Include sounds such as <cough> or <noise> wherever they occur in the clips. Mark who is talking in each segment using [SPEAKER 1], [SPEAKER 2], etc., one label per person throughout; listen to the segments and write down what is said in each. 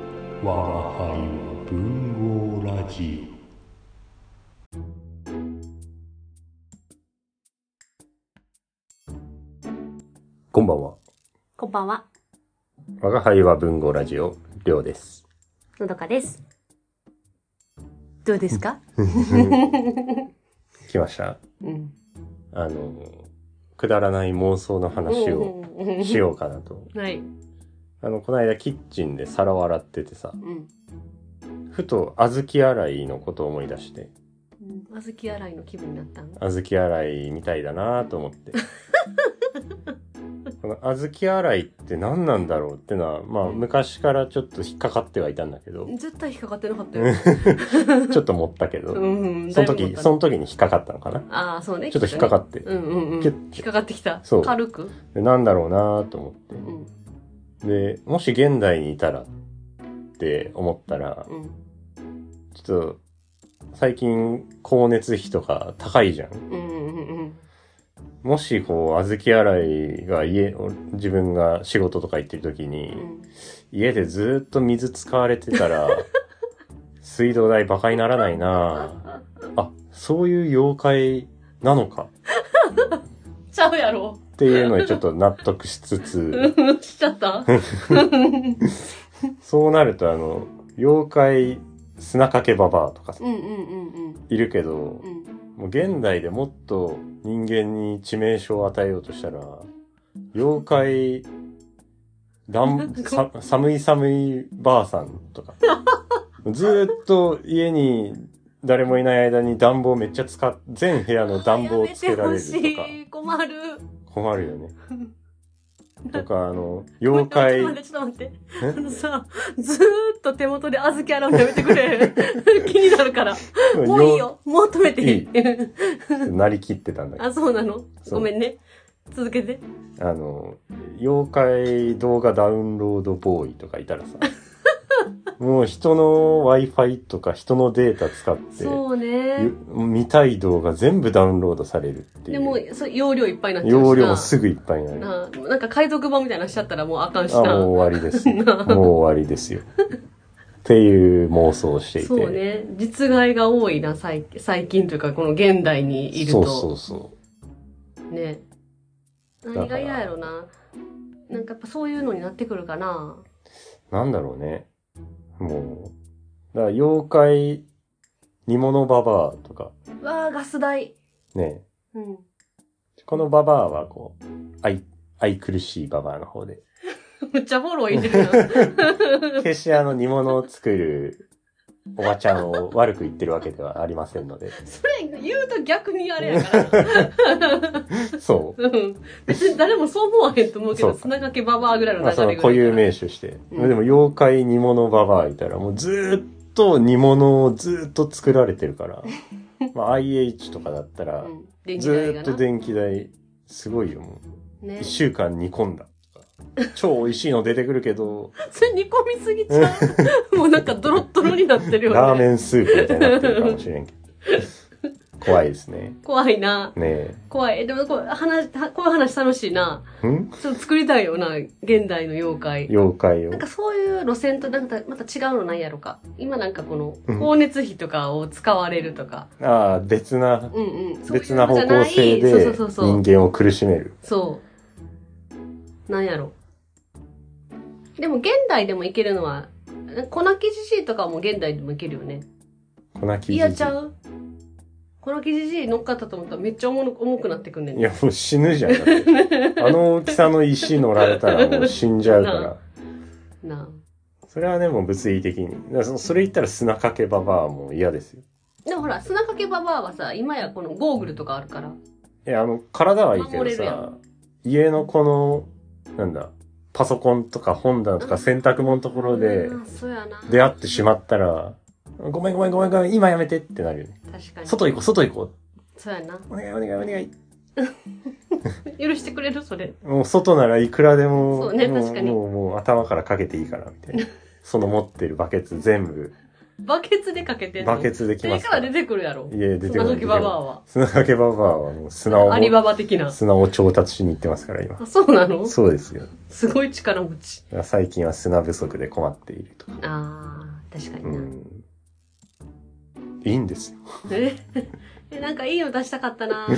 [SPEAKER 1] 我が輩は文豪ラジ
[SPEAKER 2] こんばんは。
[SPEAKER 3] こんばんは、
[SPEAKER 2] 我が輩は文豪ラジオ、りょうです。 <laughs>
[SPEAKER 3] のどかです。どうですか
[SPEAKER 2] 来ました
[SPEAKER 3] うん。
[SPEAKER 2] あの、くだらない妄想の話を
[SPEAKER 3] うん
[SPEAKER 2] しようかなと。
[SPEAKER 3] はい。
[SPEAKER 2] あの、この間キッチンで皿を洗っててさ、
[SPEAKER 3] うん。
[SPEAKER 2] ふと小豆洗いのことを思い出して、
[SPEAKER 3] 小豆洗いの気分になったの
[SPEAKER 2] 小豆洗いみたいだなと思っ
[SPEAKER 3] <laughs>
[SPEAKER 2] て。この小豆洗いって何なんだろうってのは、まあ昔からちょっと引っかかってはいたんだけど、
[SPEAKER 3] 絶対引っかかってなかったよ。
[SPEAKER 2] ちょっと持ったけど、
[SPEAKER 3] ん
[SPEAKER 2] その時、そ
[SPEAKER 3] の
[SPEAKER 2] の時に引っかかったのかな
[SPEAKER 3] ああ、そうね。
[SPEAKER 2] ちょっと引っかか
[SPEAKER 3] っ
[SPEAKER 2] って
[SPEAKER 3] た。。うんうんうん。
[SPEAKER 2] キュ
[SPEAKER 3] 引
[SPEAKER 2] ッ
[SPEAKER 3] っかかってきた。
[SPEAKER 2] そう
[SPEAKER 3] 軽く。
[SPEAKER 2] でなんだろうなと思って。
[SPEAKER 3] うん。
[SPEAKER 2] で、もし現代にいたらって思ったら、
[SPEAKER 3] うん。
[SPEAKER 2] ちょっと、最近光熱費とか高いじゃん。
[SPEAKER 3] うんうんうん
[SPEAKER 2] もしこう、小豆洗いが家、自分が仕事とか行ってる時に、
[SPEAKER 3] うん。
[SPEAKER 2] 家でずっと水使われてたら、水道代バカにならないなぁあ、そういう妖怪なのか
[SPEAKER 3] ちゃうやろ。
[SPEAKER 2] っていうのにちょっと納得しつ
[SPEAKER 3] <laughs>
[SPEAKER 2] つ、
[SPEAKER 3] うんしち
[SPEAKER 2] <laughs>
[SPEAKER 3] ゃった。
[SPEAKER 2] そうなるとあの、妖怪砂かけババアとかさ
[SPEAKER 3] うんうんうんうん。
[SPEAKER 2] いるけど
[SPEAKER 3] う、ん。
[SPEAKER 2] もう現代でもっと人間に致命傷を与えようとしたら、妖怪、暖さ寒い寒いばあさんとか。 <laughs> ずーっと家に誰もいない間に暖房めっちゃ使っ、全部屋の暖房つけられると
[SPEAKER 3] <laughs> やめて
[SPEAKER 2] か
[SPEAKER 3] ほ、しい困る。
[SPEAKER 2] 困るよね。とか、あの、
[SPEAKER 3] <laughs>
[SPEAKER 2] 妖怪、
[SPEAKER 3] 待ってちょっと待って、ちょっと待って。あのさ、ずーっと手元で預け洗うのやめてくれ。 <laughs> 気になるから。もういいよ。もう止めていい。
[SPEAKER 2] いいなりきってたんだけど
[SPEAKER 3] <laughs> あ、そうなの
[SPEAKER 2] そう
[SPEAKER 3] ごめんね。続けて。、
[SPEAKER 2] あの、妖怪動画ダウンロードボーイとかいたら
[SPEAKER 3] <laughs>
[SPEAKER 2] さ、もう人の Wi-Fi とか人のデータ使って、
[SPEAKER 3] そうね。
[SPEAKER 2] ゆ見たい動画全部ダウンロードされるっていう。
[SPEAKER 3] でも、そう容量いっぱいになっちゃうしな。
[SPEAKER 2] 容量もすぐいっぱいになる。
[SPEAKER 3] ななんか海賊版みたいなのしちゃったらもうあかんし
[SPEAKER 2] あ、もう
[SPEAKER 3] <laughs> な。
[SPEAKER 2] 終わりです。もう終わりですよ。っていう妄想をしていて。
[SPEAKER 3] そうね。実害が多いな、最近最近というか、この現代にいる
[SPEAKER 2] そ
[SPEAKER 3] と。
[SPEAKER 2] うそうそ
[SPEAKER 3] ね。
[SPEAKER 2] ら
[SPEAKER 3] 何が嫌やろな。なんかやっぱそういうのになってくるかな。
[SPEAKER 2] う。なんだろうね。もう。だから、妖怪、煮物ババアとか、
[SPEAKER 3] うわあ、ガス代。
[SPEAKER 2] ね。
[SPEAKER 3] うん。
[SPEAKER 2] このババアはこう、愛、愛くるしいババアの
[SPEAKER 3] <laughs>
[SPEAKER 2] 方で。
[SPEAKER 3] むっちゃボロいじゃん。
[SPEAKER 2] 決してあの煮物を作るおばちゃんを悪く言ってるわけではありませんの
[SPEAKER 3] <laughs>
[SPEAKER 2] で。
[SPEAKER 3] それ言うと逆にあれやから。
[SPEAKER 2] そう。
[SPEAKER 3] うん別に誰もそう思わへんと思うけ
[SPEAKER 2] そ
[SPEAKER 3] ど、
[SPEAKER 2] うか
[SPEAKER 3] 砂掛けババアぐらいの流
[SPEAKER 2] まあ
[SPEAKER 3] れぐ
[SPEAKER 2] そ
[SPEAKER 3] ら
[SPEAKER 2] の
[SPEAKER 3] い。
[SPEAKER 2] 固有名手して。
[SPEAKER 3] うん
[SPEAKER 2] でも妖怪煮物ババアいたらもうずーっと煮物をずーっと作られてる
[SPEAKER 3] <laughs>
[SPEAKER 2] から。まあ IH とかだったら
[SPEAKER 3] う、ん。電気
[SPEAKER 2] ず
[SPEAKER 3] 代
[SPEAKER 2] ー
[SPEAKER 3] が
[SPEAKER 2] っと
[SPEAKER 3] な。
[SPEAKER 2] 電気代すごいよもう。
[SPEAKER 3] ね <laughs>
[SPEAKER 2] 一。週間煮込んだとか。超美味しいの出てくるけど、
[SPEAKER 3] それ煮込みすぎちゃう。もうなんかドロッドロになってるよね。
[SPEAKER 2] ラーメンスープみたいになってるかもしれんけど。怖いですね。
[SPEAKER 3] 怖いな。
[SPEAKER 2] ね
[SPEAKER 3] 怖い。でもこう話、はこういう話楽しいな。
[SPEAKER 2] え。ん
[SPEAKER 3] ちょっと作りたいよな。現代の妖怪。
[SPEAKER 2] 妖怪を
[SPEAKER 3] なん。かそういう路線となんかまた違うのないやろか。今なんかこの
[SPEAKER 2] うん
[SPEAKER 3] 光熱費とかを使われるとか。
[SPEAKER 2] ああ、別な、
[SPEAKER 3] うんうん。そういう
[SPEAKER 2] 別な方
[SPEAKER 3] のじゃ
[SPEAKER 2] 向
[SPEAKER 3] ない
[SPEAKER 2] 性
[SPEAKER 3] そう
[SPEAKER 2] で
[SPEAKER 3] そうそうそう
[SPEAKER 2] 人。間を苦しめる。
[SPEAKER 3] そう。なんやろ。でも現代でもいけるのは、粉木じじいとかも現代でもいけるよね。
[SPEAKER 2] 粉木じじい
[SPEAKER 3] いやちゃう粉木じじい乗っかったと思ったらめっちゃ重の重くなってくんねん
[SPEAKER 2] い。や、もう死ぬじゃん。だってあの大きさの石乗られたらもう死んじゃうか
[SPEAKER 3] な
[SPEAKER 2] ら。
[SPEAKER 3] な
[SPEAKER 2] それはね、もう物理的に。だからそそれ言ったら砂かけババアも嫌ですよ。
[SPEAKER 3] あ。でもほら、砂かけババアはさ、今やこのゴーグルとかあるから。
[SPEAKER 2] いや、あの、体はいいけ
[SPEAKER 3] 守
[SPEAKER 2] ど
[SPEAKER 3] れるや
[SPEAKER 2] さ、家のこの、なんだ、パソコンとか本棚とか洗濯物のところで
[SPEAKER 3] あーそうやな。
[SPEAKER 2] 出会ってしまったら、ごめんごめんごめんごめん、今やめてってなるよね。
[SPEAKER 3] 確かに。
[SPEAKER 2] 外行こう、外行こ
[SPEAKER 3] そうやな。
[SPEAKER 2] う。お願いお願いお願い。
[SPEAKER 3] 許してくれるそれ。
[SPEAKER 2] もう外ならいくらでも、
[SPEAKER 3] そうね
[SPEAKER 2] もう
[SPEAKER 3] 確かに <laughs>
[SPEAKER 2] もうもう頭からかけていいから、みたいな。その持ってるバケツ全部
[SPEAKER 3] バケツでかけてんの
[SPEAKER 2] バケツでき
[SPEAKER 3] それ
[SPEAKER 2] ます
[SPEAKER 3] から出てくるやろ
[SPEAKER 2] いえ、出てこ
[SPEAKER 3] 砂
[SPEAKER 2] ない。
[SPEAKER 3] 時ババアは
[SPEAKER 2] 砂かけババアはもう砂を
[SPEAKER 3] ア、リババ的な
[SPEAKER 2] 砂を調達しに行ってますから、今。
[SPEAKER 3] あそうなの
[SPEAKER 2] そうですよ。
[SPEAKER 3] すごい力持ち
[SPEAKER 2] 最近は砂不足で困っていると。
[SPEAKER 3] あー確かに
[SPEAKER 2] う
[SPEAKER 3] な、
[SPEAKER 2] ん。いいんですよ。
[SPEAKER 3] え <laughs> えなんかいいの出したかっ
[SPEAKER 2] <laughs>
[SPEAKER 3] たな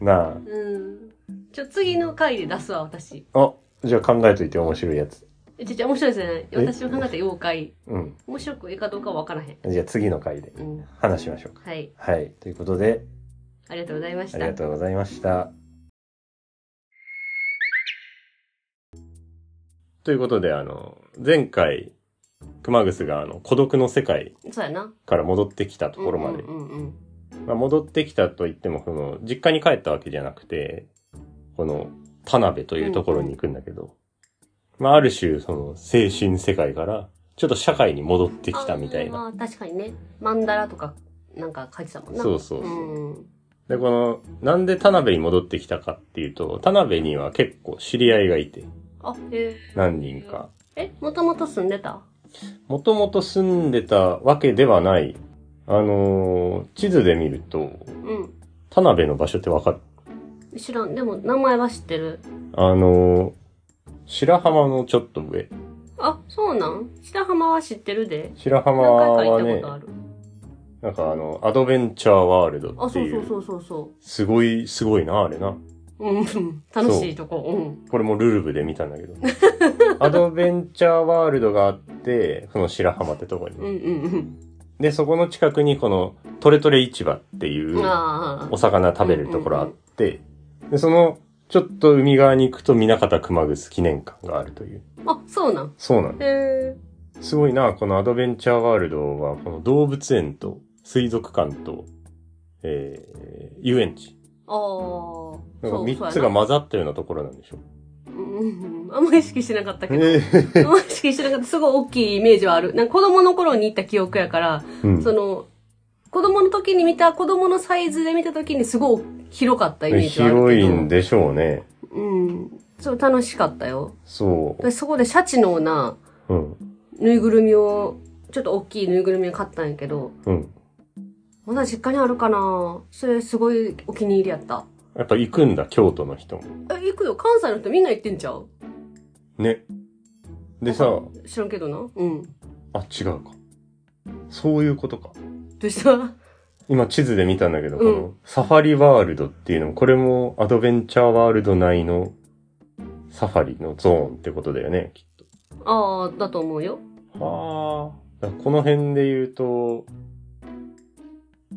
[SPEAKER 2] な
[SPEAKER 3] うんちょ次の回で出すわ私
[SPEAKER 2] あ。あ、じゃあ考えといて面白いやつ。
[SPEAKER 3] えちょちょ面白いですね
[SPEAKER 2] え
[SPEAKER 3] 私の考えた妖怪
[SPEAKER 2] うん。
[SPEAKER 3] 面白くいいかどうかは分からへん
[SPEAKER 2] じゃあ次の回で
[SPEAKER 3] うん
[SPEAKER 2] 話しましょうか。
[SPEAKER 3] はい
[SPEAKER 2] はい。ということで、
[SPEAKER 3] ありがとうございまし
[SPEAKER 2] あ
[SPEAKER 3] た
[SPEAKER 2] りがとうございました。ということで、あの、前回、熊楠があの、孤独の世界
[SPEAKER 3] そうやな
[SPEAKER 2] から戻ってきたところまで、
[SPEAKER 3] うんうんうん
[SPEAKER 2] まあ、戻ってきたと言っても、その、実家に帰ったわけじゃなくて、この、田辺というところに行くんだけど、まあ、ある種、その、精神世界から、ちょっと社会に戻ってきたみたいな。
[SPEAKER 3] あーまあ確かにねマンダラとかなんか書いてたもんな
[SPEAKER 2] そうそうそう
[SPEAKER 3] うん
[SPEAKER 2] で、この、なんで田辺に戻ってきたかっていうと、田辺には結構知り合いがいて、
[SPEAKER 3] あえ
[SPEAKER 2] 何人か。
[SPEAKER 3] えもともと住んでた
[SPEAKER 2] もともと住んでたわけではない。あのー地図で見ると、
[SPEAKER 3] うん
[SPEAKER 2] 田辺の場所ってわかる
[SPEAKER 3] 知らんでも名前は知ってる
[SPEAKER 2] あのー白浜のちょっと上。
[SPEAKER 3] あそうなん白浜は知ってるで
[SPEAKER 2] 白浜
[SPEAKER 3] 何回か
[SPEAKER 2] は
[SPEAKER 3] 行ったこ
[SPEAKER 2] ね、
[SPEAKER 3] とある、
[SPEAKER 2] なんかあの、アドベンチャーワールド
[SPEAKER 3] あ
[SPEAKER 2] って
[SPEAKER 3] そう
[SPEAKER 2] い
[SPEAKER 3] そう
[SPEAKER 2] う、
[SPEAKER 3] そうそうそ
[SPEAKER 2] すごい、すごいな、あれな。
[SPEAKER 3] ううんうん楽しいとこうん
[SPEAKER 2] これもルルブで見たんだけ
[SPEAKER 3] <laughs>
[SPEAKER 2] ど。アドベンチャーワールドがあって、この白浜ってとこに。
[SPEAKER 3] うんうん
[SPEAKER 2] で、そこの近くにこの、トレトレ市場ってい
[SPEAKER 3] うん
[SPEAKER 2] う、
[SPEAKER 3] あ
[SPEAKER 2] お魚食べるところあって、で、その、ちょっと海側に行くと、南方熊楠記念館があるという。
[SPEAKER 3] ああそうなん
[SPEAKER 2] そうなんだ。
[SPEAKER 3] へえ
[SPEAKER 2] すごいな、このアドベンチャーワールドは、この動物園と、水族館と、えー、遊園地。
[SPEAKER 3] ああそ
[SPEAKER 2] なんか
[SPEAKER 3] うそう
[SPEAKER 2] 3
[SPEAKER 3] や
[SPEAKER 2] つ
[SPEAKER 3] な
[SPEAKER 2] が混ざったようなところなんでしょう。
[SPEAKER 3] うんうんうんあんま意識してなかったけど、
[SPEAKER 2] ええ
[SPEAKER 3] あんま意識してなかったすごい大きいイメージはあるなんか子供の頃に行った記憶やから
[SPEAKER 2] うん
[SPEAKER 3] その、子供の時に見た、子供のサイズで見た時にすごい広かったイメージはあるけど。
[SPEAKER 2] 広いんでしょうね。
[SPEAKER 3] うん。そう、楽しかったよ。
[SPEAKER 2] そ
[SPEAKER 3] でそこでシャチのな、
[SPEAKER 2] う。うん。
[SPEAKER 3] ぬいぐるみを、ちょっと大きいぬいぐるみを買ったんやけど、
[SPEAKER 2] うん。
[SPEAKER 3] まだ実家にあるかなそれすごいお気に入りやった。
[SPEAKER 2] やっぱ行くんだ、京都の人も。
[SPEAKER 3] え、行くよ。関西の人みんな行ってんちゃう
[SPEAKER 2] ね。でさ、
[SPEAKER 3] 知らんけどな。うん。
[SPEAKER 2] あ、違うか。そういうことか。
[SPEAKER 3] どうした
[SPEAKER 2] 今地図で見たんだけど、
[SPEAKER 3] うん
[SPEAKER 2] このサファリワールドっていうのも、これもアドベンチャーワールド内のサファリのゾーンってことだよね。きっ
[SPEAKER 3] <laughs> ああ、だと思うよ。
[SPEAKER 2] とはあ。だからこの辺で言うと、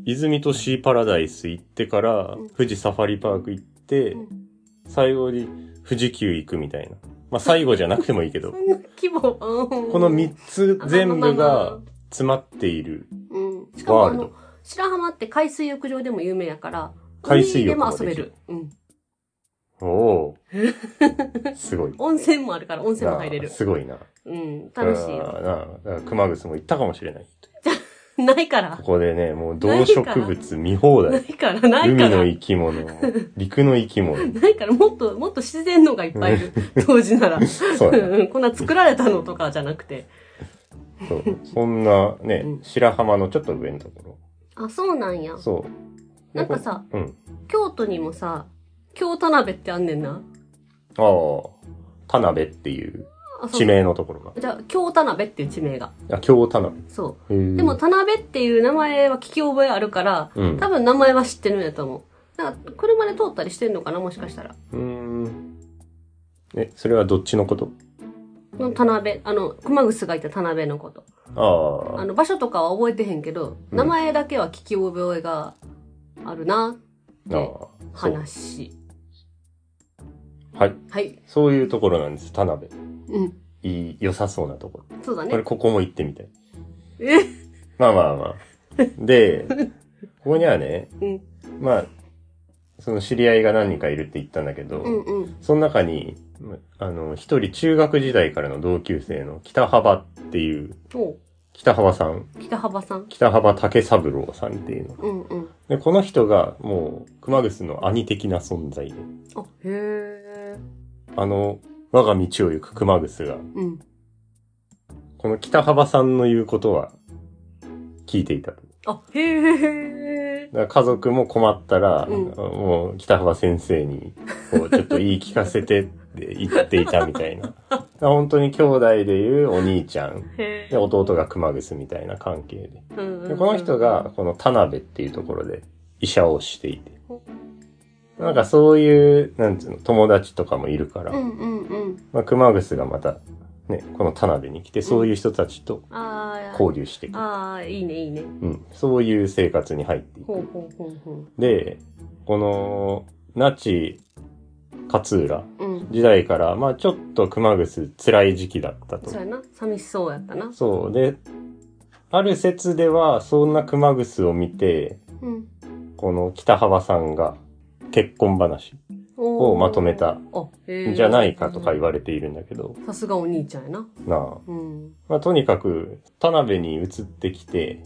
[SPEAKER 2] 泉都市パラダイス行ってから
[SPEAKER 3] うん、
[SPEAKER 2] 富士サファリパーク行って、
[SPEAKER 3] うん
[SPEAKER 2] 最後に富士急行くみたいな。まあ最後じゃなくてもいいけ
[SPEAKER 3] <laughs>
[SPEAKER 2] ど
[SPEAKER 3] そ、んな規模。うん
[SPEAKER 2] この3つ全部
[SPEAKER 3] まあまあまあ
[SPEAKER 2] が詰まっている
[SPEAKER 3] うん。しかも
[SPEAKER 2] ワー
[SPEAKER 3] あ
[SPEAKER 2] ル
[SPEAKER 3] の
[SPEAKER 2] ド、。
[SPEAKER 3] 白浜って海水浴場でも有名やから、
[SPEAKER 2] 海水浴も
[SPEAKER 3] 海でも遊べ
[SPEAKER 2] で
[SPEAKER 3] る。うん。
[SPEAKER 2] おー
[SPEAKER 3] <laughs>
[SPEAKER 2] すごい。
[SPEAKER 3] 温泉もあるから温泉も入れる
[SPEAKER 2] なあ。すごいな。
[SPEAKER 3] うん、楽しい
[SPEAKER 2] あー
[SPEAKER 3] よ。
[SPEAKER 2] なあだから熊楠も行ったかもしれない。
[SPEAKER 3] ない
[SPEAKER 2] こ
[SPEAKER 3] から。
[SPEAKER 2] こでね、もう動植物見放
[SPEAKER 3] な
[SPEAKER 2] 題。
[SPEAKER 3] いから、ないか
[SPEAKER 2] 海の
[SPEAKER 3] ら。
[SPEAKER 2] 生き物、
[SPEAKER 3] <laughs>
[SPEAKER 2] 陸の生き物。
[SPEAKER 3] ないから、もっと、もっと自然のがいっぱ
[SPEAKER 2] <laughs>
[SPEAKER 3] いいる。当時なら。
[SPEAKER 2] そうだね
[SPEAKER 3] うんこんな作られたのとかじゃなくて。
[SPEAKER 2] そうそんなね
[SPEAKER 3] う、ん
[SPEAKER 2] 白浜のちょっと上のとこ
[SPEAKER 3] あ、そうなんや
[SPEAKER 2] ろ。。そう。
[SPEAKER 3] なんかさ、
[SPEAKER 2] うん。
[SPEAKER 3] 京都にもさ、京田辺ってあんねんな。
[SPEAKER 2] ああ、田辺っていう
[SPEAKER 3] あそう
[SPEAKER 2] 地名のところ
[SPEAKER 3] じゃあ、京田辺っていう地名が。
[SPEAKER 2] が。あ、京田辺。
[SPEAKER 3] そ
[SPEAKER 2] へー
[SPEAKER 3] う。でも、、田辺っていう名前は聞き覚えあるから、
[SPEAKER 2] うん。
[SPEAKER 3] 多分名前は知ってるんやと思う。なんか、車で通ったりしてんのかな、もしかしたら。
[SPEAKER 2] うーん。え、それはどっちのこと
[SPEAKER 3] の田辺、あの、熊楠がいた田辺のこと。
[SPEAKER 2] あ
[SPEAKER 3] あ
[SPEAKER 2] あ、
[SPEAKER 3] の場所とかは覚えてへんけど、
[SPEAKER 2] うん
[SPEAKER 3] 名前だけは聞き覚えがあるなっ
[SPEAKER 2] ああ
[SPEAKER 3] て
[SPEAKER 2] そう。
[SPEAKER 3] 話。
[SPEAKER 2] はい。
[SPEAKER 3] はい。
[SPEAKER 2] そういうところなんです、田辺。
[SPEAKER 3] うん。
[SPEAKER 2] いい、良さそうなところ。
[SPEAKER 3] そうだ
[SPEAKER 2] これ、
[SPEAKER 3] ね。
[SPEAKER 2] ここも行ってみたい。
[SPEAKER 3] え
[SPEAKER 2] まあまあ
[SPEAKER 3] <laughs>
[SPEAKER 2] まあ。で、ここにはね、
[SPEAKER 3] うん。
[SPEAKER 2] まあ、その知り合いが何人かいるって言ったんだけど、
[SPEAKER 3] うんうん。
[SPEAKER 2] その中に、まあの、一人中学時代からの同級生の北幅っていう、
[SPEAKER 3] おう
[SPEAKER 2] 北幅さん、
[SPEAKER 3] 北幅さん。
[SPEAKER 2] 北幅竹三郎さんっていうの。
[SPEAKER 3] うんうん。
[SPEAKER 2] で、この人がもう、熊楠の兄的な存在で、
[SPEAKER 3] あ、へえ。
[SPEAKER 2] あの、我が道を行く熊楠が、
[SPEAKER 3] うん。
[SPEAKER 2] この北幅さんの言うことは、聞いていたと。
[SPEAKER 3] あ、へえ。
[SPEAKER 2] だから家族も困ったら、
[SPEAKER 3] うん
[SPEAKER 2] もう北幅先生に、こう、ちょっと言い聞かせてって言っていたみたい
[SPEAKER 3] <laughs>
[SPEAKER 2] な。だから本当に兄弟でいうお兄ちゃん、
[SPEAKER 3] へ
[SPEAKER 2] で弟が熊楠みたいな関係で。
[SPEAKER 3] え
[SPEAKER 2] でこの人、が、この田辺っていうところで医者をしていて。なんかそういう、なんつうの、友達とかもいるから、
[SPEAKER 3] うんうんうん。
[SPEAKER 2] まあ、熊楠がまた、ね、この田辺に来て、そういう人たちと
[SPEAKER 3] ああ、
[SPEAKER 2] 交流していく。
[SPEAKER 3] ああ、いいね、いいね。
[SPEAKER 2] うん。そういう生活に入っていく。
[SPEAKER 3] ほうほうほうほ
[SPEAKER 2] で、この、那智勝浦
[SPEAKER 3] う。うん。
[SPEAKER 2] 時代から、まあちょっと熊楠辛い時期だったと
[SPEAKER 3] そう。やな。寂しそうやったな。
[SPEAKER 2] そう。で、ある説では、そんな熊楠を見て、
[SPEAKER 3] うん。
[SPEAKER 2] この北幅さんが結婚話をまとめた
[SPEAKER 3] あ、へ
[SPEAKER 2] ん
[SPEAKER 3] え。
[SPEAKER 2] じゃないかとか言われているんだけど、
[SPEAKER 3] さすがお兄ちゃんやな。
[SPEAKER 2] なあ。
[SPEAKER 3] うん。
[SPEAKER 2] まあとにかく、田辺に移ってきて、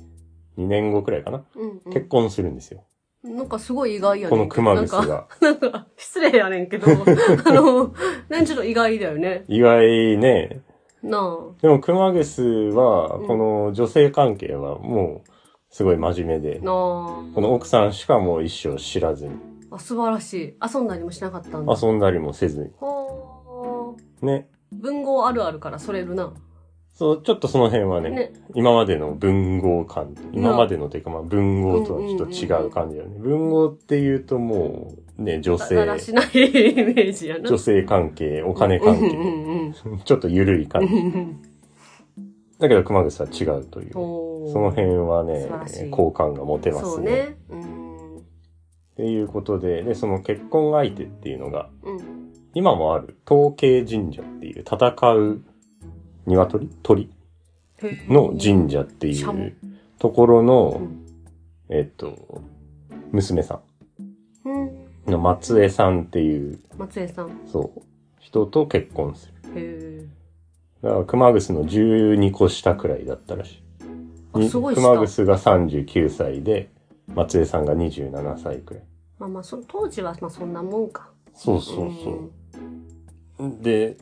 [SPEAKER 2] 2年後くらいかな。
[SPEAKER 3] うん、
[SPEAKER 2] 結婚するんですよ。
[SPEAKER 3] うん。なんかすごい意外やね
[SPEAKER 2] この熊
[SPEAKER 3] なん
[SPEAKER 2] 楠
[SPEAKER 3] か、
[SPEAKER 2] が。
[SPEAKER 3] なんか、失礼やねんけど、あの、なんちょっと意外だよね。
[SPEAKER 2] 意外ね、
[SPEAKER 3] なあ。
[SPEAKER 2] でも熊楠は
[SPEAKER 3] うん、
[SPEAKER 2] この女性関係はもう、すごい真面目で、
[SPEAKER 3] な
[SPEAKER 2] この奥さんしかもう一生知らずに、
[SPEAKER 3] あ。あ、素晴らしい。遊んだりもしなかったんだ。
[SPEAKER 2] 遊んだりもせず
[SPEAKER 3] ほー。
[SPEAKER 2] に。ね。
[SPEAKER 3] 文豪あるあるからそれるな。
[SPEAKER 2] そう、ちょっとその辺はね、
[SPEAKER 3] ね。
[SPEAKER 2] 今までの文豪感、今までのというか、まあ文豪とはちょっと違う感じだよね。文豪っていうともう、ね、女
[SPEAKER 3] だら
[SPEAKER 2] 性、
[SPEAKER 3] しないイメージやな。
[SPEAKER 2] 女性関係、お金関
[SPEAKER 3] うん
[SPEAKER 2] 係、
[SPEAKER 3] うん
[SPEAKER 2] ちょっと緩い感
[SPEAKER 3] う
[SPEAKER 2] じ。
[SPEAKER 3] ん。
[SPEAKER 2] だけど熊楠は違うという。そ
[SPEAKER 3] ほー
[SPEAKER 2] の辺はね
[SPEAKER 3] 素晴らしい、
[SPEAKER 2] 好感が持てま
[SPEAKER 3] そ
[SPEAKER 2] す
[SPEAKER 3] う
[SPEAKER 2] ね。
[SPEAKER 3] ね。うん。
[SPEAKER 2] っていうことで、で、その結婚相手っていうのが、
[SPEAKER 3] うん。
[SPEAKER 2] 今もある、東慶神社っていう、戦う鶏鳥
[SPEAKER 3] へ
[SPEAKER 2] の神社ってい
[SPEAKER 3] シャモ
[SPEAKER 2] うところ
[SPEAKER 3] う
[SPEAKER 2] の
[SPEAKER 3] ん、
[SPEAKER 2] えっと、娘さ
[SPEAKER 3] うん。
[SPEAKER 2] んの松江さんっていう、
[SPEAKER 3] 松江さん。
[SPEAKER 2] そう、人と結婚する。
[SPEAKER 3] へえ。
[SPEAKER 2] だから、熊楠の12個下くらいだったらしい。
[SPEAKER 3] あ、
[SPEAKER 2] に
[SPEAKER 3] すごい
[SPEAKER 2] 熊
[SPEAKER 3] した。
[SPEAKER 2] 楠が39歳で、松江さんが27歳くらい。
[SPEAKER 3] まあまあ、そ当時はまあそんなもんか。
[SPEAKER 2] そうそうそう。で、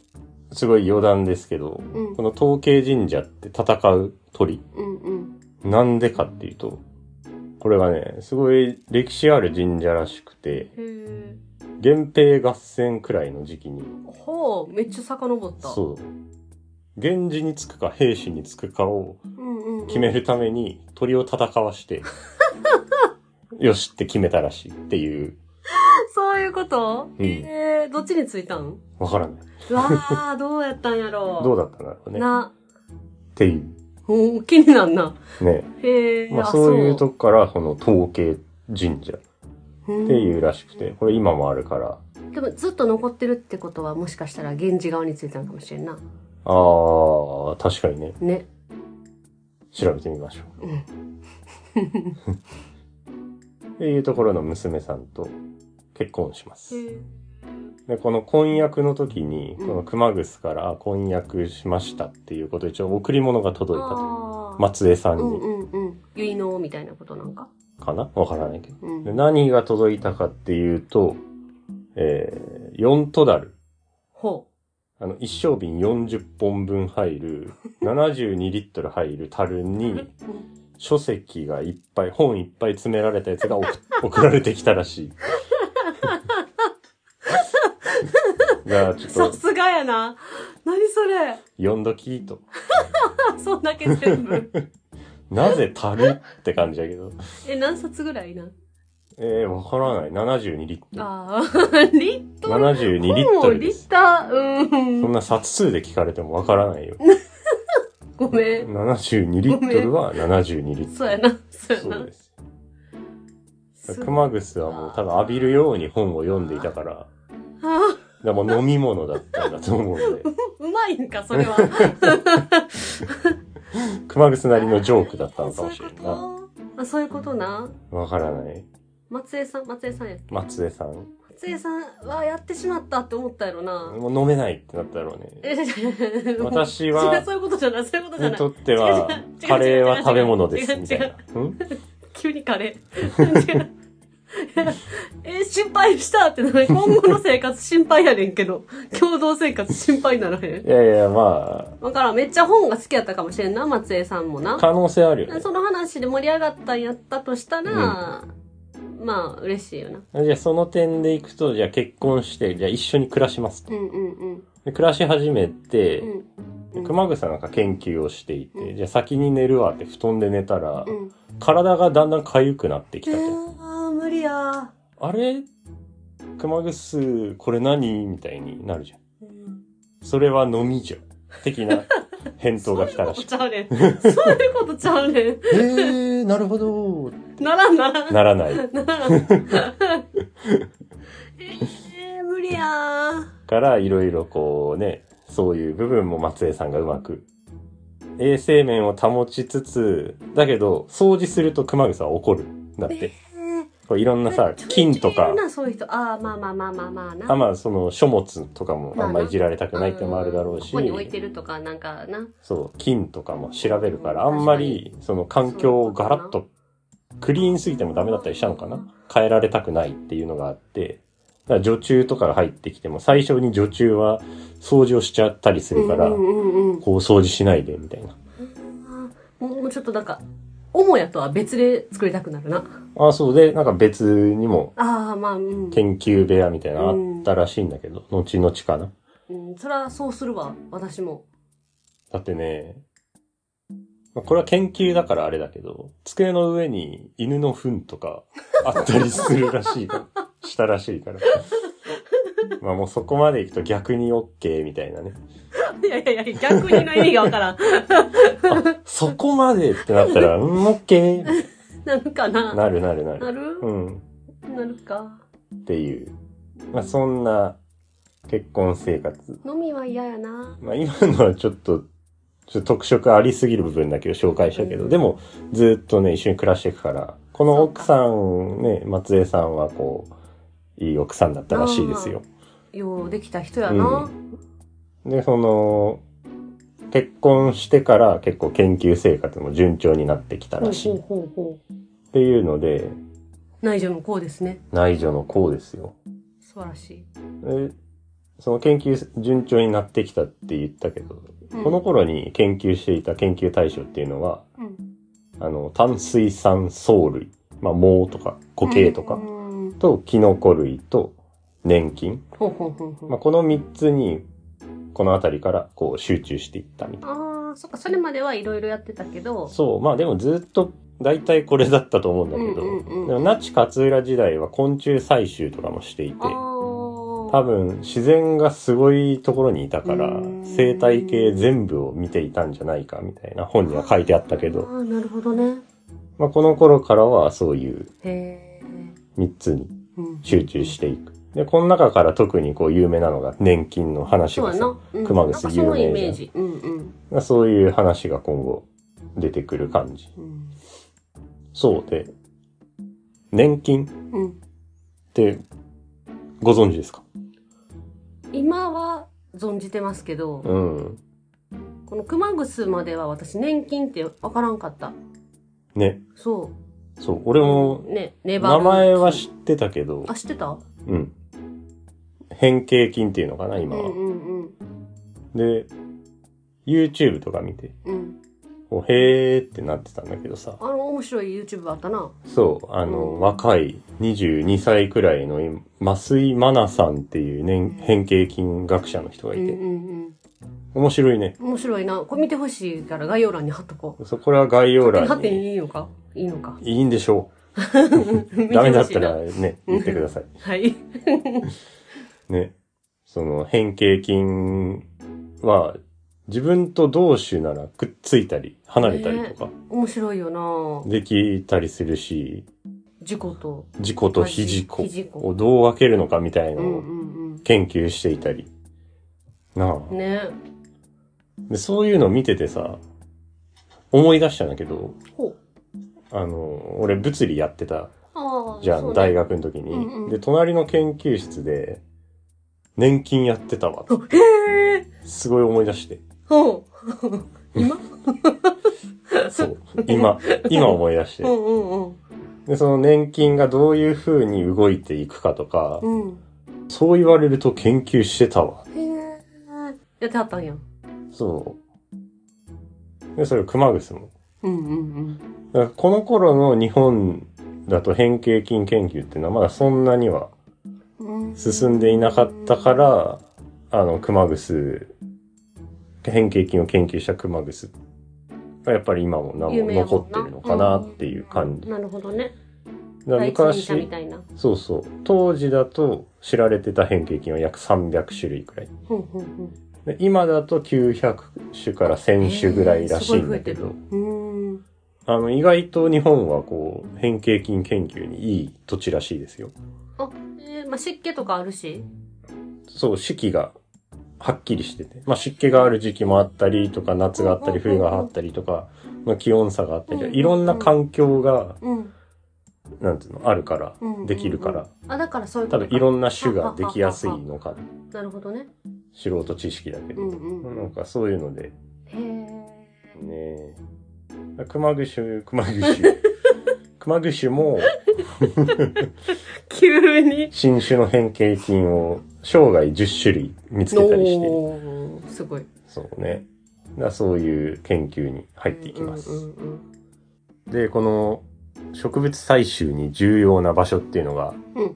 [SPEAKER 2] すごい余談ですけど、
[SPEAKER 3] うん
[SPEAKER 2] この東慶神社って戦う鳥
[SPEAKER 3] うん。うん
[SPEAKER 2] なんでかっていうと、これがね、すごい歴史ある神社らしくて、
[SPEAKER 3] うん。へえ。
[SPEAKER 2] 源平合戦くらいの時期に、
[SPEAKER 3] ほう、めっちゃ遡った。
[SPEAKER 2] そう、源氏につくか兵士につくかを
[SPEAKER 3] うんうんうん。
[SPEAKER 2] 決めるために鳥を戦わ <laughs> して、よしって決めたらしいっていう、
[SPEAKER 3] そういうこと
[SPEAKER 2] うん
[SPEAKER 3] えー、どっちについたん
[SPEAKER 2] わからない。
[SPEAKER 3] うわあ、どうやったんやろう。
[SPEAKER 2] どうだったんだろうね。っ
[SPEAKER 3] な、
[SPEAKER 2] ていう。
[SPEAKER 3] おー気になんな。
[SPEAKER 2] ね。
[SPEAKER 3] へえ、
[SPEAKER 2] まあそういうとこから、この統計神社
[SPEAKER 3] こ
[SPEAKER 2] っていううらしくて、これ今もあるから、
[SPEAKER 3] ん。でもずっと残ってるってことは、もしかしたら源氏側についたんかもしれんな。
[SPEAKER 2] あー、確かにね、
[SPEAKER 3] ね。
[SPEAKER 2] 調べてみましょう。
[SPEAKER 3] うん。
[SPEAKER 2] っていうところの娘さんと結婚します。
[SPEAKER 3] へえ。
[SPEAKER 2] で、この婚約の時に、
[SPEAKER 3] う
[SPEAKER 2] こ
[SPEAKER 3] ん
[SPEAKER 2] の熊楠からあ婚約しましたっていうことで、一応贈り物が届いたと。
[SPEAKER 3] ああ。
[SPEAKER 2] 松江さん
[SPEAKER 3] うんう
[SPEAKER 2] に
[SPEAKER 3] んうん。結納みたいなことなんか。
[SPEAKER 2] かなわからないけど。
[SPEAKER 3] うん
[SPEAKER 2] で。何が届いたかっていうと、えー、4トダル。
[SPEAKER 3] ほ
[SPEAKER 2] あの、一升瓶40本分入る、72リットル入る樽
[SPEAKER 3] う。
[SPEAKER 2] に、書籍がいっぱい、本いっぱい詰められたやつが送 <laughs> 送られてきたらしい。 <laughs> が、ちょ
[SPEAKER 3] <laughs> さ
[SPEAKER 2] っと、
[SPEAKER 3] すがやな。何それ。 <laughs>
[SPEAKER 2] 読んどきと。
[SPEAKER 3] そんだけ全
[SPEAKER 2] <laughs>
[SPEAKER 3] 部。
[SPEAKER 2] なぜ樽って感じだけど。
[SPEAKER 3] え、何冊ぐらいなん
[SPEAKER 2] えー、わからない。72リットル。
[SPEAKER 3] ああ、 <laughs> リットル。
[SPEAKER 2] 72リット
[SPEAKER 3] 本を
[SPEAKER 2] ルで
[SPEAKER 3] リ
[SPEAKER 2] す
[SPEAKER 3] ッ。ター、う
[SPEAKER 2] そん
[SPEAKER 3] ん。
[SPEAKER 2] な冊数で聞かれてもわからないよ。
[SPEAKER 3] ごめん。
[SPEAKER 2] 72リットルは72リットル。
[SPEAKER 3] そうやな、そうや
[SPEAKER 2] そう
[SPEAKER 3] な
[SPEAKER 2] で。す。
[SPEAKER 3] す
[SPEAKER 2] 熊楠はもう多分浴びるように本を読んでいたから、だか
[SPEAKER 3] あ
[SPEAKER 2] らもう飲み物だったんだと思うんで、
[SPEAKER 3] うまいんか、それは。
[SPEAKER 2] 熊楠なりのジョークだったのかもしれん
[SPEAKER 3] そう
[SPEAKER 2] な。
[SPEAKER 3] いうことあそういうことな。
[SPEAKER 2] わからない。
[SPEAKER 3] 松江さん、松江さんや。
[SPEAKER 2] 松江さん。
[SPEAKER 3] 松江さんはやってしまったって思ったやろな。
[SPEAKER 2] もう飲めないってなったろうね。
[SPEAKER 3] え、じゃじゃじゃ
[SPEAKER 2] 私
[SPEAKER 3] 違
[SPEAKER 2] は
[SPEAKER 3] う、、そういうことじゃない、そういうことじゃ
[SPEAKER 2] に
[SPEAKER 3] ない。
[SPEAKER 2] とっては
[SPEAKER 3] 違う違う違う違う、
[SPEAKER 2] カレーは食べ物です、みたい
[SPEAKER 3] 違う
[SPEAKER 2] な。ん
[SPEAKER 3] 急にカレー。違うえ、心配したってなる。今後の生活心配やねんけど、共同生活心配ならへん。
[SPEAKER 2] いやいや、ま
[SPEAKER 3] だからんめっちゃ本が好きやったかもしれんな、松江さんもな
[SPEAKER 2] あ、。可能性あるよね。
[SPEAKER 3] <laughs> その話で盛り上がったんやったとしたら、まあ、嬉しいよな。
[SPEAKER 2] じゃあその点でいくと、じゃあ結婚して、じゃあ一緒に暮らしますと。
[SPEAKER 3] うんうんうん。
[SPEAKER 2] で暮らし始めて
[SPEAKER 3] う、んうん
[SPEAKER 2] 熊草なんか研究をしていて、
[SPEAKER 3] うん
[SPEAKER 2] じゃあ先に寝るわって布団で寝たら、
[SPEAKER 3] うん。
[SPEAKER 2] 体がだんだん痒くなってき
[SPEAKER 3] え
[SPEAKER 2] たと。
[SPEAKER 3] ー、あー無理やー。
[SPEAKER 2] あれ熊楠、これ何みたいになるじゃん。
[SPEAKER 3] うん
[SPEAKER 2] それは飲みじゃん。的
[SPEAKER 3] <laughs>
[SPEAKER 2] な返答が来たらしく。
[SPEAKER 3] そういうことちゃうねん。そういうことちゃうね
[SPEAKER 2] えー、なるほど。
[SPEAKER 3] ん。ならんならん。
[SPEAKER 2] ならない。
[SPEAKER 3] ならん。えー、無理やー。
[SPEAKER 2] から、いろいろこうね、そういう部分も松江さんがうまく、衛生面を保ちつつ、だけど、掃除すると熊草は怒る。だって。
[SPEAKER 3] えー
[SPEAKER 2] こういろんなさ、金と
[SPEAKER 3] ちょいちょいい
[SPEAKER 2] か
[SPEAKER 3] る、なそういう人。ああ、まあまあまあまあまあな。
[SPEAKER 2] あまあその書物とかもあんまいじられたくないってのもあるだろうし
[SPEAKER 3] ここ、に置いてるとか、なんかな。
[SPEAKER 2] そう、金とかも調べるから、あ
[SPEAKER 3] うん
[SPEAKER 2] んまり、その環境をガラッと、クリーンすぎてもダメだったりしたのかな変えられたくないっていうのがあって、だから女中とかが入ってきても、最初に女中は掃除をしちゃったりするから、
[SPEAKER 3] う
[SPEAKER 2] こ
[SPEAKER 3] んうんうんうん。
[SPEAKER 2] う掃除しないで、みたいな。
[SPEAKER 3] あーもうもうちょっとなんか、母屋とは別で作りたくなるな。
[SPEAKER 2] ああ、そうで、なんか別にも
[SPEAKER 3] ああ、まあ、うん。
[SPEAKER 2] 研究部屋みたいなのあったらしいんだけど、後々かな。
[SPEAKER 3] うん、そら、そうするわ、私も。
[SPEAKER 2] だってね、まあこれは研究だからあれだけど、机の上に犬の糞とかあったりするらしいから、したらしいから。まあもうそこまで行くと逆に OK みたいなね。
[SPEAKER 3] いやいやいや、逆にの意味がわからん。
[SPEAKER 2] あ、そこまでってなったら、うん、OK!
[SPEAKER 3] <laughs> なるかな。
[SPEAKER 2] なるなるな
[SPEAKER 3] な
[SPEAKER 2] る。
[SPEAKER 3] る
[SPEAKER 2] うん。
[SPEAKER 3] なるか。
[SPEAKER 2] っていう。まあそんな結婚生活。
[SPEAKER 3] 飲みは嫌やな。
[SPEAKER 2] まあ今のはちょっと、ちょっと特色ありすぎる部分だけど紹介したけど、
[SPEAKER 3] うん
[SPEAKER 2] でもずっとね、一緒に暮らしていくから、この奥さんね、松江さんはこう、いい奥さんだったらしいですよ。
[SPEAKER 3] ようできた人やな。
[SPEAKER 2] で、その、結婚してから結構研究生活も順調になってきたらしい。っ
[SPEAKER 3] ほうほう。
[SPEAKER 2] ていうので、
[SPEAKER 3] 内助の功ですね。
[SPEAKER 2] 内助の功ですよ。
[SPEAKER 3] 素晴らしい。
[SPEAKER 2] でその研究順調になってきたって言ったけど、
[SPEAKER 3] うん
[SPEAKER 2] この頃に研究していた研究対象っていうのは、
[SPEAKER 3] うん。
[SPEAKER 2] あの、炭水酸藻類、まあ、藻とか固形とか、
[SPEAKER 3] うん
[SPEAKER 2] と、キノコ類と、粘菌。
[SPEAKER 3] ほうほうほうほう
[SPEAKER 2] まあ、この三つに、この辺りから、こう、集中していったみたい
[SPEAKER 3] ああ、そっか、それまではいろいろやってたけ
[SPEAKER 2] な。
[SPEAKER 3] ど。
[SPEAKER 2] そう、まあでもずっと、大体これだったと思うんだけど、
[SPEAKER 3] うんうんうん
[SPEAKER 2] でも、那智勝浦時代は昆虫採集とかもしていて、
[SPEAKER 3] あー
[SPEAKER 2] 多分、自然がすごいところにいたから
[SPEAKER 3] う、ん
[SPEAKER 2] 生態系全部を見ていたんじゃないか、みたいな本には書いてあったけ
[SPEAKER 3] あ
[SPEAKER 2] ど、
[SPEAKER 3] ーなるほどね。
[SPEAKER 2] まあ、この頃からは、そういう
[SPEAKER 3] へえ。
[SPEAKER 2] 三つに
[SPEAKER 3] うん
[SPEAKER 2] 集中していく。で、この中から特にこう有名なのが年金の話
[SPEAKER 3] そう
[SPEAKER 2] が
[SPEAKER 3] や
[SPEAKER 2] さ
[SPEAKER 3] な。うん
[SPEAKER 2] 熊楠
[SPEAKER 3] なんかその
[SPEAKER 2] 有名じゃ
[SPEAKER 3] イ
[SPEAKER 2] ん
[SPEAKER 3] メージ。うんうん
[SPEAKER 2] そういう話が今後出てくる感じ。
[SPEAKER 3] うん。
[SPEAKER 2] そうで、年金っ
[SPEAKER 3] うん。
[SPEAKER 2] てご存知ですか
[SPEAKER 3] 今は存じてますけど、
[SPEAKER 2] うん。
[SPEAKER 3] この熊楠までは私年金ってわからんかった。
[SPEAKER 2] ね。
[SPEAKER 3] そ
[SPEAKER 2] そう、俺も
[SPEAKER 3] う。ね、ネバー。
[SPEAKER 2] 名前は知ってたけど
[SPEAKER 3] あ、、知ってた
[SPEAKER 2] うん。変形金っていうのかな、
[SPEAKER 3] うん
[SPEAKER 2] 今
[SPEAKER 3] う
[SPEAKER 2] は。
[SPEAKER 3] ん
[SPEAKER 2] で、YouTube とか見て、
[SPEAKER 3] うん。うん。
[SPEAKER 2] こうへーってなってたんだけどさ、
[SPEAKER 3] あの、面白い YouTube あったな。
[SPEAKER 2] そう、あの、
[SPEAKER 3] うん
[SPEAKER 2] 若い22歳くらいの今増井真奈さんっていう、ね、変形菌学者の人が
[SPEAKER 3] う
[SPEAKER 2] い
[SPEAKER 3] んう
[SPEAKER 2] て、
[SPEAKER 3] ん
[SPEAKER 2] 面白いね。
[SPEAKER 3] うん。面白いな。これ見てほしいから概要欄に貼っとこう。
[SPEAKER 2] そうこれは概要欄
[SPEAKER 3] 勝手
[SPEAKER 2] に
[SPEAKER 3] にいいのかいいのか。
[SPEAKER 2] いいんでしょう。ダメだったら
[SPEAKER 3] <laughs>
[SPEAKER 2] ね、言ってください。
[SPEAKER 3] はい。
[SPEAKER 2] ね。その変形菌は自分と同種ならくっついたり、離れたりとか
[SPEAKER 3] 面白いよな
[SPEAKER 2] できたりするし、
[SPEAKER 3] 事故と。
[SPEAKER 2] 自己と非自己
[SPEAKER 3] 非自己
[SPEAKER 2] をどう分けるのかみたいうの
[SPEAKER 3] ん
[SPEAKER 2] を
[SPEAKER 3] うん
[SPEAKER 2] 研究していたり。なあ
[SPEAKER 3] うん。。ね。
[SPEAKER 2] で、そういうの見ててさ、思い出したんだけど、
[SPEAKER 3] ほう。
[SPEAKER 2] あの、俺物理やってた
[SPEAKER 3] ああ。
[SPEAKER 2] じゃ
[SPEAKER 3] そ
[SPEAKER 2] ん、
[SPEAKER 3] うね
[SPEAKER 2] 大。学の時に、
[SPEAKER 3] うんうん
[SPEAKER 2] で、隣の研究室で、年金やってたわ。
[SPEAKER 3] あへえ。
[SPEAKER 2] すごい思い出して。
[SPEAKER 3] ほう。今 <laughs>
[SPEAKER 2] そう。今、今思い出して
[SPEAKER 3] う。んうんうん。
[SPEAKER 2] で、その年金がどういう風に動いていくかとか、
[SPEAKER 3] うん。
[SPEAKER 2] そう言われると研究してたわ。
[SPEAKER 3] へえ。やってはったんや。
[SPEAKER 2] そう。で、それ熊楠も。
[SPEAKER 3] うんうん
[SPEAKER 2] だからこの頃の日本だと変形菌研究っていうのはまだそんなには
[SPEAKER 3] うん。
[SPEAKER 2] 進んでいなかったか。ら、あの、熊楠、変形菌を研究した熊楠がやっぱり今もなお
[SPEAKER 3] 有名やもんな
[SPEAKER 2] 残ってるのかなっていう感じ。
[SPEAKER 3] なるほどね。
[SPEAKER 2] だから
[SPEAKER 3] 第一人者み
[SPEAKER 2] 昔、
[SPEAKER 3] たいな。
[SPEAKER 2] そうそう、当時だと知られてた変形菌は約300種類くらい。
[SPEAKER 3] うんうん
[SPEAKER 2] で今だと900種から1000種ぐらいらしいんだけ
[SPEAKER 3] えーすごい
[SPEAKER 2] ど、
[SPEAKER 3] うん。う
[SPEAKER 2] あの、意外と日本はこう、変形菌研究にいい土地らしいですよ。
[SPEAKER 3] ーん。あ、えー、まあ、湿気とかあるし。
[SPEAKER 2] そう、四季がはっきりしてて。まあ湿気がある時期もあったりとか、夏があったり、冬があったりとか、まあ気温差があったりとか、いろんな環境が、
[SPEAKER 3] うん。
[SPEAKER 2] なんていうの、あるから、
[SPEAKER 3] うん
[SPEAKER 2] できるから、
[SPEAKER 3] あ、だからそういうこ
[SPEAKER 2] 多
[SPEAKER 3] と
[SPEAKER 2] 分
[SPEAKER 3] か。
[SPEAKER 2] いろんな種ができやすいのかな、
[SPEAKER 3] なるほどね。
[SPEAKER 2] 素人知識だけ
[SPEAKER 3] う
[SPEAKER 2] ど。
[SPEAKER 3] んうん。
[SPEAKER 2] なんかそういうので、
[SPEAKER 3] へえ。
[SPEAKER 2] ねえ。熊串、熊串。
[SPEAKER 3] <laughs>
[SPEAKER 2] 熊串も
[SPEAKER 3] <laughs> 急に。
[SPEAKER 2] 新種の変形菌を生涯10種類見つけたりして、
[SPEAKER 3] おーすごい。
[SPEAKER 2] そうね。だからそういう研究に入っていきます。
[SPEAKER 3] うんうん
[SPEAKER 2] で、この植物採集に重要な場所っていうのが
[SPEAKER 3] うん。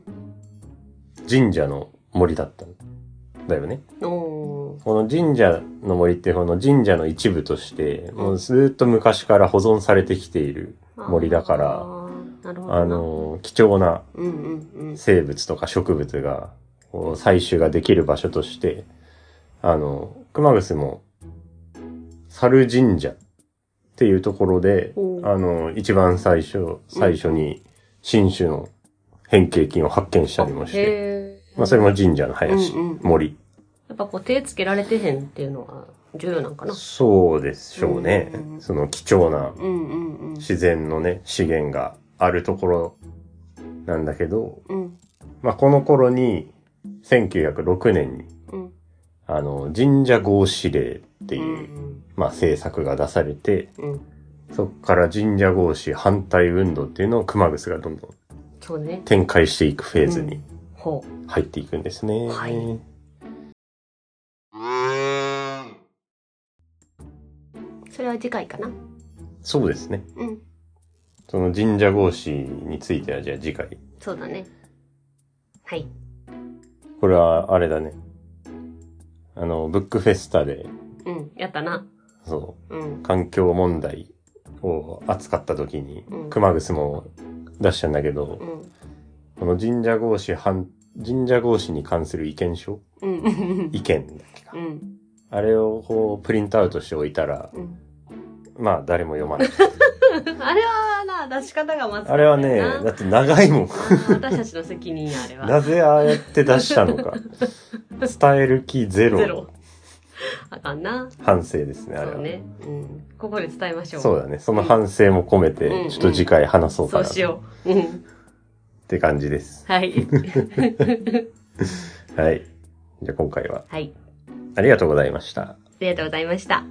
[SPEAKER 2] 神社の森だったんだよね。
[SPEAKER 3] うんおー
[SPEAKER 2] この神社の森ってこの神社の一部として、もうずーっと昔から保存されてきている、森だから
[SPEAKER 3] あーなるほどな。
[SPEAKER 2] あの、貴重な
[SPEAKER 3] うんうんうん。
[SPEAKER 2] 生物とか植物がこう採集ができる場所として、あの、熊楠も猿神社っていうところで、
[SPEAKER 3] うん
[SPEAKER 2] あの、一番最初、最初に新種の変形菌を発見したりもして、
[SPEAKER 3] へー
[SPEAKER 2] まあそれも神社の林、
[SPEAKER 3] うんうん
[SPEAKER 2] 森。
[SPEAKER 3] やっぱこう手つけられてへんっていうのは重要なんかな。
[SPEAKER 2] そうでしょうね。
[SPEAKER 3] うん
[SPEAKER 2] その貴重な
[SPEAKER 3] うんうんうん。
[SPEAKER 2] 自然のね、資源があるところなんだけど、
[SPEAKER 3] うん
[SPEAKER 2] まあこの頃に、1906年に、
[SPEAKER 3] うん。
[SPEAKER 2] あの、神社合祀令って
[SPEAKER 3] う
[SPEAKER 2] いう、
[SPEAKER 3] ん
[SPEAKER 2] まあ政策が出されて、
[SPEAKER 3] うん。
[SPEAKER 2] そこから神社合祀反対運動っていうのを熊楠がどんどん
[SPEAKER 3] そうね。
[SPEAKER 2] 展開していくフェーズ
[SPEAKER 3] う
[SPEAKER 2] に
[SPEAKER 3] ほ
[SPEAKER 2] 入っていくんですね。
[SPEAKER 3] はいう。それは次回かな。
[SPEAKER 2] そうですね。
[SPEAKER 3] うん。
[SPEAKER 2] その神社合祀についてはじゃあ次回。
[SPEAKER 3] そうだね。はい。
[SPEAKER 2] これはあれだね。あの、ブックフェスタで、
[SPEAKER 3] うん。やったな。
[SPEAKER 2] そうう、
[SPEAKER 3] ん。
[SPEAKER 2] 環境問題を扱った時に
[SPEAKER 3] うん、
[SPEAKER 2] 熊楠も出したんだけど
[SPEAKER 3] う、ん。
[SPEAKER 2] この神社合祀反、神社合祀に関する意見書
[SPEAKER 3] うん。うん
[SPEAKER 2] 意見だっけか。
[SPEAKER 3] うん。
[SPEAKER 2] あれをこう、プリントアウトしておいたら、
[SPEAKER 3] うん。 <laughs>
[SPEAKER 2] まあ、誰も読まない。
[SPEAKER 3] あれはな、出し方がまずか
[SPEAKER 2] あ
[SPEAKER 3] った
[SPEAKER 2] れ
[SPEAKER 3] よ
[SPEAKER 2] は
[SPEAKER 3] な
[SPEAKER 2] ね、だって長いも
[SPEAKER 3] <laughs>
[SPEAKER 2] ん。
[SPEAKER 3] 私たちの責任や、あれは。
[SPEAKER 2] なぜああやって出したの
[SPEAKER 3] <laughs>
[SPEAKER 2] か。伝える気ゼロ。
[SPEAKER 3] ゼロ。 <laughs> あかんな。
[SPEAKER 2] 反省ですね、あれ
[SPEAKER 3] そ
[SPEAKER 2] は。
[SPEAKER 3] うね。うん。ここで伝えましょう。
[SPEAKER 2] そうだね。その反省も込め
[SPEAKER 3] うん
[SPEAKER 2] て、ちょっと次回話そう
[SPEAKER 3] そ
[SPEAKER 2] か
[SPEAKER 3] う
[SPEAKER 2] な。
[SPEAKER 3] しよう。うん。
[SPEAKER 2] って感じです。
[SPEAKER 3] はい。
[SPEAKER 2] はい。じゃあ今回は
[SPEAKER 3] はい。
[SPEAKER 2] ありがとうございました。
[SPEAKER 3] ありがとうございました。